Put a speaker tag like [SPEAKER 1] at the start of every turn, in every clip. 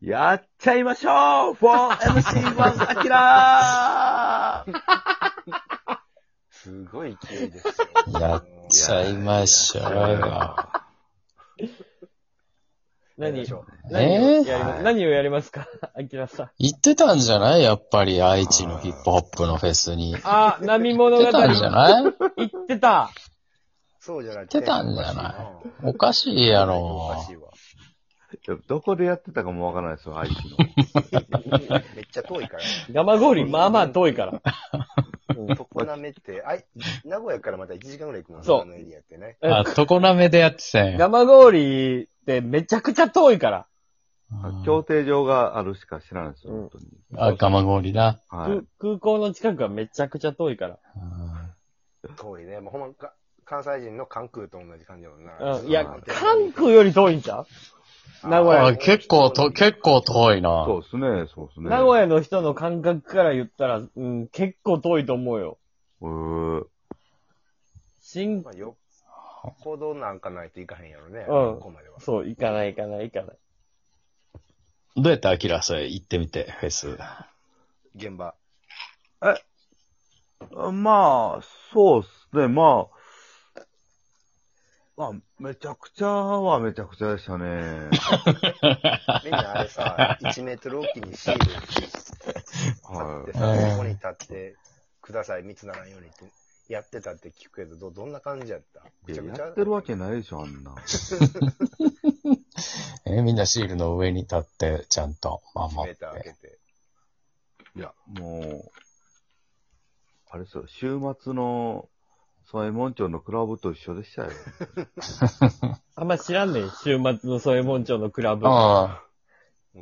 [SPEAKER 1] やっちゃいましょう !4MC1 アキラー
[SPEAKER 2] すごい勢いですよ。
[SPEAKER 3] やっちゃいましょうよ。
[SPEAKER 4] 何を何
[SPEAKER 3] え
[SPEAKER 4] をやりま
[SPEAKER 2] は
[SPEAKER 4] す
[SPEAKER 2] い
[SPEAKER 4] 何をやりますか アキラさん。
[SPEAKER 3] 行ってたんじゃないやっぱり愛知のヒップホップのフェスに。
[SPEAKER 4] あ、波物
[SPEAKER 3] 行って
[SPEAKER 4] 語
[SPEAKER 3] たんじゃ
[SPEAKER 4] 行
[SPEAKER 3] ない
[SPEAKER 4] ってた。
[SPEAKER 2] そうじゃない
[SPEAKER 3] 言ってたんじゃないおかしいや
[SPEAKER 2] お
[SPEAKER 3] ろ
[SPEAKER 2] かし。いわ。
[SPEAKER 1] でもどこでやってたかもわからないですよ、愛知の。
[SPEAKER 2] めっちゃ遠いから。
[SPEAKER 4] ガマゴーリ、まあまあ遠いから。
[SPEAKER 2] 常滑って、あい、名古屋からまた1時間ぐらい行くもんね。
[SPEAKER 4] そう
[SPEAKER 2] あのエリアってね。
[SPEAKER 4] え
[SPEAKER 3] あ、常滑でやってたんや
[SPEAKER 4] ガマゴーリってめちゃくちゃ遠いから。
[SPEAKER 1] 協定場があるしか知らないですよ、
[SPEAKER 4] うん
[SPEAKER 1] 本当に。
[SPEAKER 3] あ、ガマゴリだ。
[SPEAKER 1] はい。
[SPEAKER 4] く空港の近くはめちゃくちゃ遠いから。
[SPEAKER 2] 遠いね。もうほんまか、関西人の関空と同じ感じだもんな。
[SPEAKER 4] うん、いや
[SPEAKER 2] ずっと、
[SPEAKER 4] 関空より遠いんちゃう名古
[SPEAKER 3] あ
[SPEAKER 4] 屋。
[SPEAKER 3] 結構と、結構遠いな。
[SPEAKER 1] そうですね、そうですね。
[SPEAKER 4] 名古屋の人の感覚から言ったら、うん、結構遠いと思うよ。
[SPEAKER 1] うー
[SPEAKER 4] 新
[SPEAKER 2] ま、あ、よっぽどなんかないといかへんやろね。
[SPEAKER 4] うん
[SPEAKER 2] ここまでは。
[SPEAKER 4] そう、行かない行かない行かない。
[SPEAKER 3] どうやってアキラそれ行ってみて、フェス。
[SPEAKER 2] 現場。
[SPEAKER 1] あまあ、そうですね、まあ。まあ、めちゃくちゃはめちゃくちゃでしたね。
[SPEAKER 2] みんなあれさ、1メートルおきにシール貼
[SPEAKER 1] は
[SPEAKER 2] って
[SPEAKER 1] い。
[SPEAKER 2] さ、
[SPEAKER 3] うん
[SPEAKER 2] ここに立ってください、密ならんようにってやってたって聞くけど、ど、どんな感じやった
[SPEAKER 1] いややってるわけないでしょ、あんな。
[SPEAKER 3] え、みんなシールの上に立って、ちゃんと
[SPEAKER 2] 1
[SPEAKER 3] 守
[SPEAKER 2] メ
[SPEAKER 3] っ
[SPEAKER 2] ーター開け
[SPEAKER 3] て。
[SPEAKER 2] て。
[SPEAKER 1] いや、もう、あれですよ、週末の、そうえもん町のクラブと一緒でしたよ。
[SPEAKER 4] あんま知らんねん、週末の添右衛門町のクラブ。
[SPEAKER 3] ああ、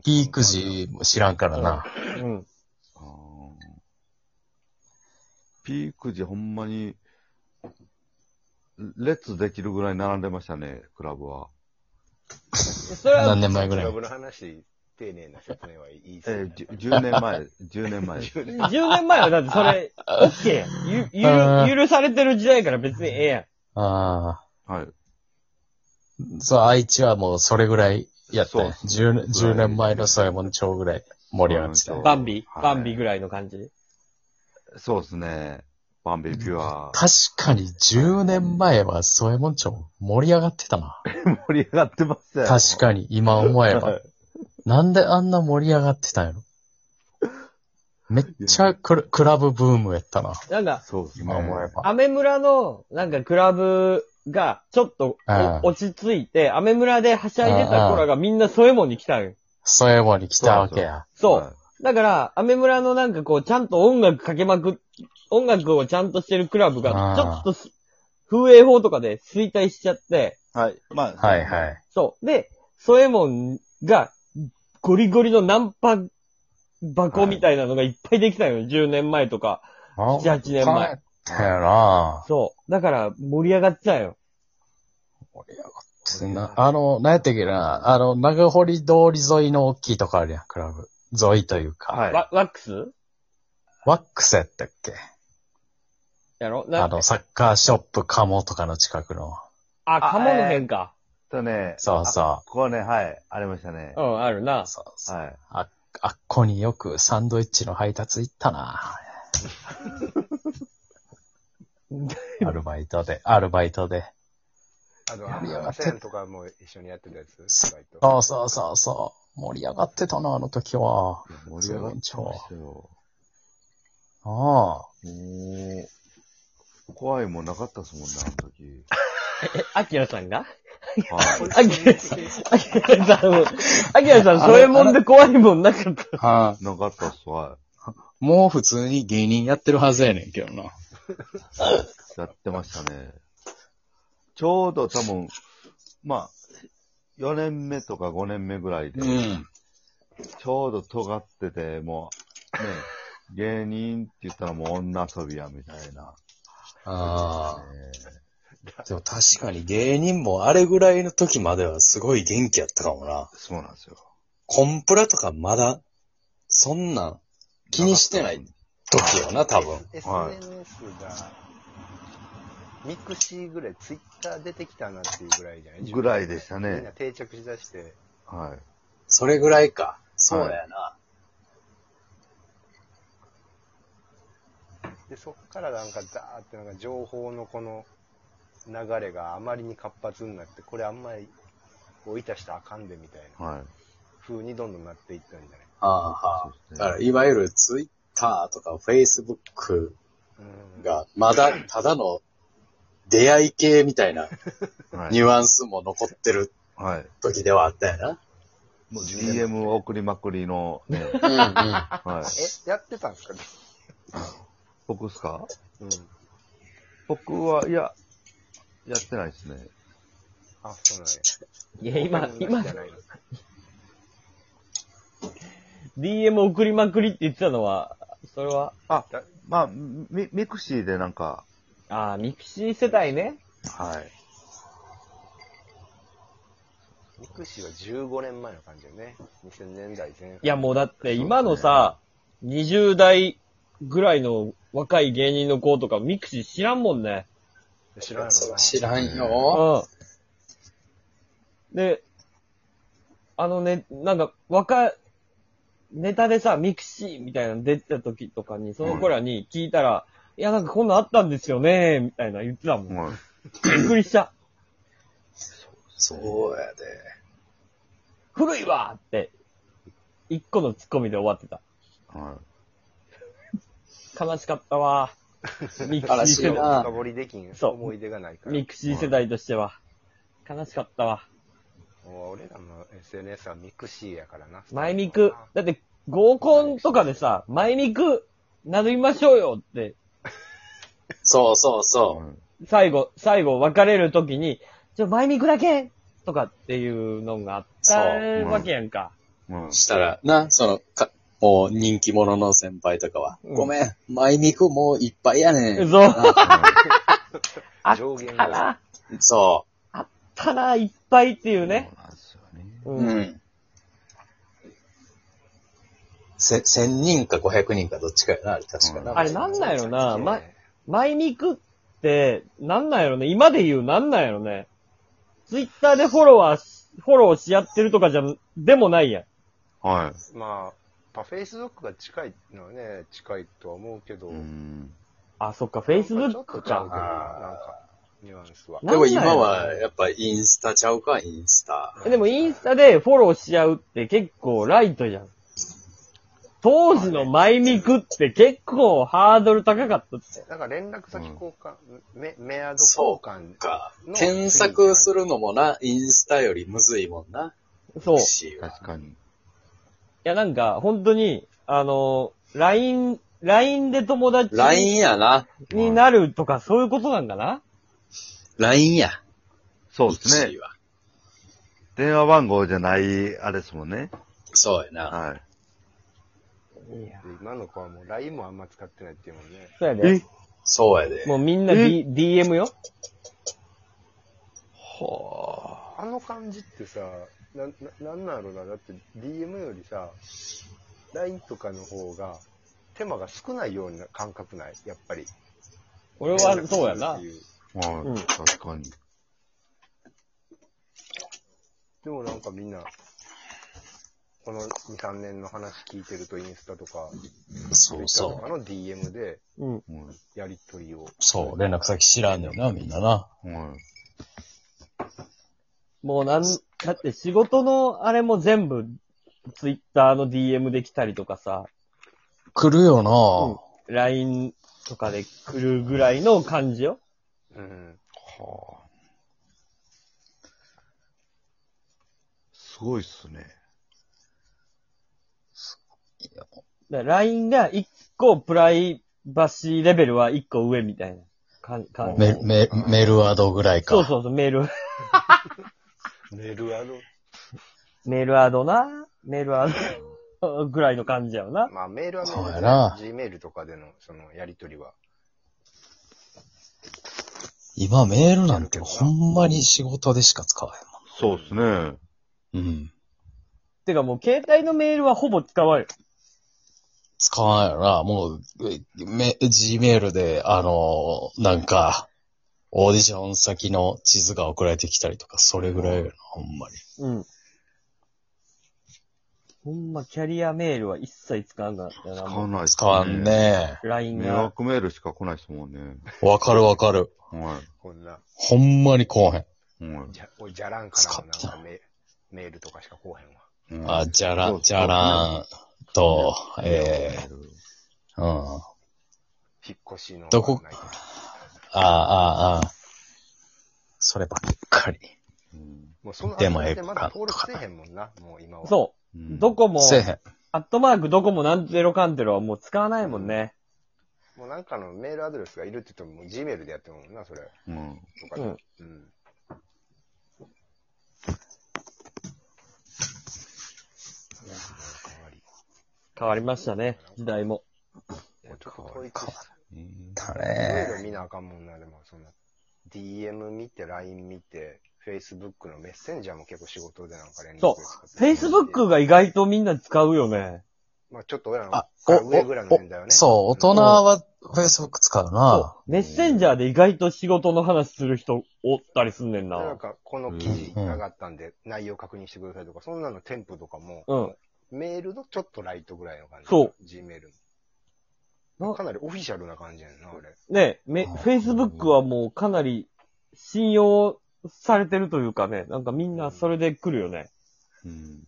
[SPEAKER 3] ピーク時も知らんからな。
[SPEAKER 4] うん。
[SPEAKER 1] あーピーク時ほんまに、列できるぐらい並んでましたね、クラブは。
[SPEAKER 4] それは
[SPEAKER 3] 何年前ぐら
[SPEAKER 2] クラ
[SPEAKER 3] い
[SPEAKER 2] ブの話、丁寧な説明はいいっす
[SPEAKER 1] え
[SPEAKER 2] ね
[SPEAKER 1] ー、じゅ10年 前、10年前。
[SPEAKER 2] 10年
[SPEAKER 4] 10年前はだってそれ、オッケーやん。ゆ、ゆる、許されてる時代から別にええやん。
[SPEAKER 3] ああ。
[SPEAKER 1] はい。
[SPEAKER 3] そう、愛知はもうそれぐらいやった
[SPEAKER 1] そう
[SPEAKER 3] よ。10年、10年前のそういうもん超ぐらい盛り上がってたよ。
[SPEAKER 4] バンビ、
[SPEAKER 1] はい
[SPEAKER 4] バンビぐらいの感じ。
[SPEAKER 1] そうですね。バンビピュア。
[SPEAKER 3] 確かに10年前は添右衛門町盛り上がってたな。
[SPEAKER 1] 盛り上がってましたよ。
[SPEAKER 3] 確かに、今思え ば。なんであんな盛り上がってたんやろ。めっちゃクラクラブブームやったな。
[SPEAKER 4] なんか、
[SPEAKER 1] そうですね。
[SPEAKER 3] 今思えば。
[SPEAKER 4] アメ村の、なんかクラブが、ちょっと
[SPEAKER 3] ああ
[SPEAKER 4] お落ち着いて、アメ村ではしゃいでた子らがみんな添右衛門に来たんよ。
[SPEAKER 3] そういうもんに来たわけや。
[SPEAKER 4] そう。
[SPEAKER 1] はい
[SPEAKER 4] だから、アメ村のなんかこう、ちゃんと音楽かけまくっ、音楽をちゃんとしてるクラブが、
[SPEAKER 3] あ
[SPEAKER 4] ち
[SPEAKER 3] あ
[SPEAKER 4] ょっとす、風営法とかで衰退しちゃって、
[SPEAKER 1] はい。まあ、
[SPEAKER 3] はいはい。
[SPEAKER 4] そう。で、ソエモンが、ゴリゴリのナンパ箱みたいなのがいっぱいできたよ、10年前とか。
[SPEAKER 3] あ
[SPEAKER 4] 7 8年前
[SPEAKER 3] 帰ったよな
[SPEAKER 4] そう。だから、盛り上がっちゃうよ。
[SPEAKER 3] 盛り上がってんな。あの、何やったっけな。あの、長堀通り沿いの大きいとこあるやん、クラブ。沿いというか。
[SPEAKER 1] はい
[SPEAKER 4] ワワックス
[SPEAKER 3] ワックスやったっけ
[SPEAKER 4] やろな
[SPEAKER 3] あの、サッカーショップカモとかの近くの。
[SPEAKER 4] あ、
[SPEAKER 1] あ
[SPEAKER 4] カモの辺か。
[SPEAKER 1] とね、。
[SPEAKER 3] そうそう
[SPEAKER 1] ここはね、はい、ありましたね。
[SPEAKER 4] うん、あるな
[SPEAKER 3] う。。そうそう
[SPEAKER 1] はい。
[SPEAKER 3] あ、あっこによくサンドイッチの配達行った な。アルバイトで、アルバイトで。
[SPEAKER 2] あの、
[SPEAKER 3] やりやが
[SPEAKER 2] ア
[SPEAKER 3] って
[SPEAKER 2] センとかも一緒にやってたやつ
[SPEAKER 3] そ
[SPEAKER 2] バイト
[SPEAKER 3] そうそうそうそう。盛り上がってたな、あの時は。
[SPEAKER 1] 盛り上がってましたよ。
[SPEAKER 3] ああ。
[SPEAKER 1] もう、怖いもんなかったですもんね、あの時。
[SPEAKER 4] え、アキラさんが
[SPEAKER 1] はい。
[SPEAKER 4] アキラさん、アキラさん、アキラさん、ソエモンで怖いもんなかった。
[SPEAKER 3] は
[SPEAKER 1] なかったっすわ。
[SPEAKER 3] い。もう普通に芸人やってるはずやねんけどな。
[SPEAKER 1] やってましたね。ちょうど多分、まあ、4年目とか5年目ぐらいで、
[SPEAKER 3] うん。
[SPEAKER 1] ちょうど尖ってて、もう、ね、芸人って言ったらもう女遊びや、みたいな。
[SPEAKER 3] あ
[SPEAKER 1] ね
[SPEAKER 3] あ。でも確かに芸人もあれぐらいの時まではすごい元気やったかもな。
[SPEAKER 1] そうなんですよ。
[SPEAKER 3] コンプラとかまだ、そんなん気にしてない時よな、多分。
[SPEAKER 1] はい
[SPEAKER 2] SNS が、ミクシーぐらい、ツイッター出てきたなっていうぐらいじゃない
[SPEAKER 1] ぐらいでしたね
[SPEAKER 2] みんな定着しだして、
[SPEAKER 1] はい。
[SPEAKER 3] それぐらいか。そうやな。
[SPEAKER 2] で、そっからなんかザーってなんか情報のこの流れがあまりに活発になって、これあんまり追い足したらあかんでみたいな
[SPEAKER 1] はい。
[SPEAKER 2] 風にどんどんなっていったんじゃない
[SPEAKER 3] ああ、は
[SPEAKER 1] そう
[SPEAKER 3] あ。
[SPEAKER 1] で
[SPEAKER 3] だか
[SPEAKER 1] す
[SPEAKER 3] ら、
[SPEAKER 1] ね。
[SPEAKER 3] いわゆるツイッターとかフェイスブック
[SPEAKER 2] うん。
[SPEAKER 3] が、まだ、ただの出会い系みたいな
[SPEAKER 1] はい
[SPEAKER 3] ニ。ュアンスも残ってる
[SPEAKER 1] はい。
[SPEAKER 3] 時ではあったやな。
[SPEAKER 1] もう DM を送りまくりの、ね、
[SPEAKER 3] うんうん。
[SPEAKER 1] はい。
[SPEAKER 2] え、やってたんですか
[SPEAKER 1] 僕っすか
[SPEAKER 2] うん。
[SPEAKER 1] 僕は、いや、やってないですね。
[SPEAKER 2] あ、そうなんや。
[SPEAKER 4] いや、今、 今
[SPEAKER 2] じゃ、ないの
[SPEAKER 4] DM 送りまくりって言ってたのは、それは、
[SPEAKER 1] あ、まあ、ミミクシーでなんか、
[SPEAKER 4] ああ、ミクシー世代ね。
[SPEAKER 1] はい。
[SPEAKER 2] ミクシーは15年前の感じよね。2000年代前半。
[SPEAKER 4] いや、もうだって
[SPEAKER 1] そう
[SPEAKER 4] 今のさ、20代ぐらいの若い芸人の子とかミクシー知らんもんね。
[SPEAKER 2] 知らん
[SPEAKER 3] そら
[SPEAKER 2] のな。
[SPEAKER 3] 知らんよ。
[SPEAKER 4] うん。で、あのね、なんか若、ネタでさ、ミクシーみたいなの出てた時とかに、その子らに聞いたら、いや、なんかこんなんあったんですよね、みたいな言ってたもん。び
[SPEAKER 1] はい。
[SPEAKER 4] っくりした。
[SPEAKER 3] そうやで。
[SPEAKER 4] 古いわって、一個のツッコミで終わってた。
[SPEAKER 1] は
[SPEAKER 4] 悲しかった わ。ミクシー
[SPEAKER 3] 悲しい
[SPEAKER 4] 世代。
[SPEAKER 3] な
[SPEAKER 2] 深掘りできん。
[SPEAKER 4] そう
[SPEAKER 2] 思い出がないから。
[SPEAKER 4] ミクシー世代としては。悲しかったわ。
[SPEAKER 2] もう俺らの SNS はミクシーやからな。
[SPEAKER 4] 前ミク。だって、合コンとかでさ、前ミク、なりましょうよって、
[SPEAKER 3] そうそう
[SPEAKER 1] い。
[SPEAKER 3] そう。
[SPEAKER 1] はい
[SPEAKER 4] 最後、最後別れるときに、ちょ、前ミクだけとかっていうのがあった
[SPEAKER 3] そう
[SPEAKER 1] うん
[SPEAKER 4] わけやんか。
[SPEAKER 1] うん。
[SPEAKER 3] したら、な、その、か、もう人気者の先輩とかは、
[SPEAKER 4] うん
[SPEAKER 3] ごめん、マイミクもういっぱいやねん。
[SPEAKER 4] そう。あ
[SPEAKER 2] 上限
[SPEAKER 4] た
[SPEAKER 2] が。
[SPEAKER 4] だ、
[SPEAKER 3] そ
[SPEAKER 4] ただいっぱいっていうね。
[SPEAKER 1] そうなんですよね。
[SPEAKER 3] う。
[SPEAKER 4] う。
[SPEAKER 3] うんん。せ、千人か五百人かどっちかやな、あれ確か
[SPEAKER 1] うん
[SPEAKER 3] な。
[SPEAKER 4] あれなんなんやろな、
[SPEAKER 2] ね
[SPEAKER 4] ま、前ミクって、なんなんやろね。今で言うなんなんやろね。ツイッターでフォロワーし、フォローし合ってるとかじゃ、でもないやん。
[SPEAKER 1] は
[SPEAKER 2] まあ、パフェイスブックが近いのはね、近いとは思うけど。
[SPEAKER 1] い。うん。
[SPEAKER 4] あ、そっか、フェイスブ
[SPEAKER 2] なん
[SPEAKER 4] ッ
[SPEAKER 2] かちょ
[SPEAKER 4] ク
[SPEAKER 2] っとちゃうけ
[SPEAKER 4] か。
[SPEAKER 2] どななんか、ニュアンスは。
[SPEAKER 4] な
[SPEAKER 3] でも
[SPEAKER 4] なん
[SPEAKER 3] 今
[SPEAKER 4] なんやろ
[SPEAKER 3] は、やっぱインスタちゃうか、インスタ。
[SPEAKER 4] でもインスタでフォローし合うって結構ライトじゃん。当時のマイミクって結構ハードル高かったって。
[SPEAKER 2] なんか連絡先交換、メメアド
[SPEAKER 3] そ
[SPEAKER 2] 交
[SPEAKER 3] う
[SPEAKER 2] 換
[SPEAKER 3] か
[SPEAKER 2] の。
[SPEAKER 3] 検索するのもな、インスタよりむずいもんな。
[SPEAKER 4] そう。い
[SPEAKER 3] し
[SPEAKER 1] 確かに。
[SPEAKER 4] やなんか、本当に、あの、LINE、LINE で友達
[SPEAKER 3] LINE やな。
[SPEAKER 4] になるとかそういうことなんかな
[SPEAKER 3] LINE や。
[SPEAKER 1] そうです
[SPEAKER 3] 1
[SPEAKER 1] ね
[SPEAKER 3] 位。は。
[SPEAKER 1] 電話番号じゃない、あれですもんね。
[SPEAKER 3] そうやな。
[SPEAKER 1] はい
[SPEAKER 4] や、
[SPEAKER 2] 今の子はもう LINE もあんま使ってないっていうもんね。
[SPEAKER 4] そうや
[SPEAKER 1] い。え
[SPEAKER 4] で。
[SPEAKER 3] そうやで。
[SPEAKER 4] もうみんな、D、DM よ。
[SPEAKER 2] あの感じってさ、な、な、なんなんやろな。だって DM よりさ、LINE とかの方が、手間が少ないような感覚ないやっぱり。
[SPEAKER 4] 俺はそうやな
[SPEAKER 2] 連絡す。るっていう
[SPEAKER 1] は
[SPEAKER 4] うん
[SPEAKER 1] い。確かに。
[SPEAKER 2] でもなんかみんな、この2、3年の話聞いてるとインスタとか、
[SPEAKER 3] そう
[SPEAKER 2] Twitter と
[SPEAKER 3] そ
[SPEAKER 2] か
[SPEAKER 3] う。
[SPEAKER 2] の DM で
[SPEAKER 4] うん。
[SPEAKER 1] うん
[SPEAKER 2] やりとりを。
[SPEAKER 3] そう、連絡先知らんねんな、みんなな。
[SPEAKER 1] はい。
[SPEAKER 4] もうなん、だって仕事のあれも全部、ツイッターの DM できたりとかさ。
[SPEAKER 3] 来るよな、
[SPEAKER 4] LINE とかで来るぐらいの感じよ。
[SPEAKER 2] うん。
[SPEAKER 1] はあ。すごいっすね。
[SPEAKER 4] だから LINE が一個プライバシーレベルは一個上みたいな感感じ。
[SPEAKER 3] メメメルワードぐらいか。
[SPEAKER 4] そうそうそう、メール。
[SPEAKER 2] メルアド。
[SPEAKER 4] メールアドな。メールアド ぐらいの感じやよな。
[SPEAKER 2] まあメールはメ
[SPEAKER 3] そうやな
[SPEAKER 2] ールで、Gmail とかでのそのやりとりは。
[SPEAKER 3] 今メールなんてほんまに仕事でしか使わ
[SPEAKER 1] そうっすね。
[SPEAKER 3] へんもん。うん。
[SPEAKER 4] てかもう携帯のメールはほぼ使われる。
[SPEAKER 3] 使わんやろな。もう、えめ、g メールで、あの、なんか、オーディション先の地図が送られてきたりとか、それぐらいやな、ほんまに。
[SPEAKER 4] うん。ほんまキャリアメールは一切使わんかったよな。
[SPEAKER 1] 使わないです
[SPEAKER 3] 使わん。ね
[SPEAKER 4] LINE
[SPEAKER 1] 迷
[SPEAKER 4] が。
[SPEAKER 1] 惑メールしか来ないですもんね。
[SPEAKER 3] え。わかるわかる。
[SPEAKER 1] は
[SPEAKER 2] こんな、
[SPEAKER 3] ほんまにこうへん。
[SPEAKER 1] い。は
[SPEAKER 2] じゃ、おい、じゃらんからもなんかメメールとかしかこうへんわ。
[SPEAKER 1] い。うん
[SPEAKER 3] あ、じゃら、
[SPEAKER 1] そうん
[SPEAKER 3] じゃらんと、ええうん。
[SPEAKER 2] 引っ越しの。
[SPEAKER 3] どこ
[SPEAKER 2] ない
[SPEAKER 3] ああ、ああ。そればっかり。
[SPEAKER 1] うん
[SPEAKER 2] もうその
[SPEAKER 3] でもええ
[SPEAKER 2] まだ登録せえへんもんな、もう今は。
[SPEAKER 4] そうう。
[SPEAKER 1] ん
[SPEAKER 4] どこも、
[SPEAKER 3] せえへん。
[SPEAKER 4] アットマークどこもなんゼロかんゼロはもう使わないもんね。
[SPEAKER 2] う。もうなんかのメールアドレスがいるって言っても、もう Gmail でやってるもんな、それ。
[SPEAKER 1] うん。
[SPEAKER 2] とかね
[SPEAKER 4] うん
[SPEAKER 2] うん。変わり。
[SPEAKER 4] 変わりましたね、時代も。
[SPEAKER 2] もうちょっと統一し
[SPEAKER 1] うん
[SPEAKER 3] だ
[SPEAKER 2] いろい
[SPEAKER 3] ね。
[SPEAKER 2] ろ見なあかんもんな、でも、そんな、DM 見て、LINE 見て、Facebook のメッセンジャーも結構仕事でなんか連絡
[SPEAKER 4] そう
[SPEAKER 2] 使って
[SPEAKER 4] Facebook が意外とみんな使うよね。
[SPEAKER 2] まあちょっと俺らの
[SPEAKER 3] あ、
[SPEAKER 2] から上ぐらいの年代はね。
[SPEAKER 3] そう、大人は Facebook 使うな。
[SPEAKER 4] メッセンジャーで意外と仕事の話する人おったりすんねん
[SPEAKER 2] でな。
[SPEAKER 4] なん
[SPEAKER 2] か、この記事上がったんで、内容確認してくださいとか、そんなの添付とかも、
[SPEAKER 4] うん。
[SPEAKER 2] メールのちょっとライトぐらいの感じ。
[SPEAKER 4] そう。
[SPEAKER 2] Gmail
[SPEAKER 4] な
[SPEAKER 2] の。かなりオフィシャルな感じやんな、あれ。
[SPEAKER 4] ねめ、Facebook はもうかなり信用されてるというかね、なんかみんなそれで来るよね。
[SPEAKER 1] うん。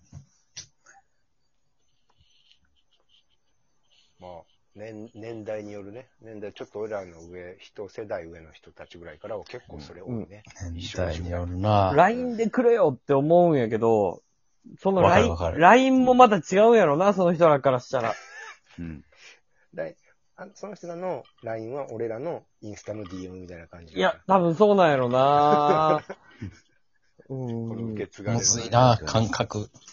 [SPEAKER 2] まあ、年、年代によるね。年代、ちょっと俺らの上、一世代上の人たちぐらいからは結構それ多いね。
[SPEAKER 3] 年代によるな。
[SPEAKER 4] LINE でくれよって思うんやけど、その
[SPEAKER 3] わかる
[SPEAKER 4] LINE
[SPEAKER 3] わかる
[SPEAKER 4] LINE もまた違うんやろな、その人らからしたら。
[SPEAKER 1] うん。
[SPEAKER 2] ラインあその人らの LINE は俺らのインスタの DM みたいな感じ。
[SPEAKER 4] いや、、多分そう なんやろなう
[SPEAKER 2] この
[SPEAKER 4] ん
[SPEAKER 2] 受け。継がれ
[SPEAKER 3] む
[SPEAKER 2] る
[SPEAKER 3] ずいな、感覚。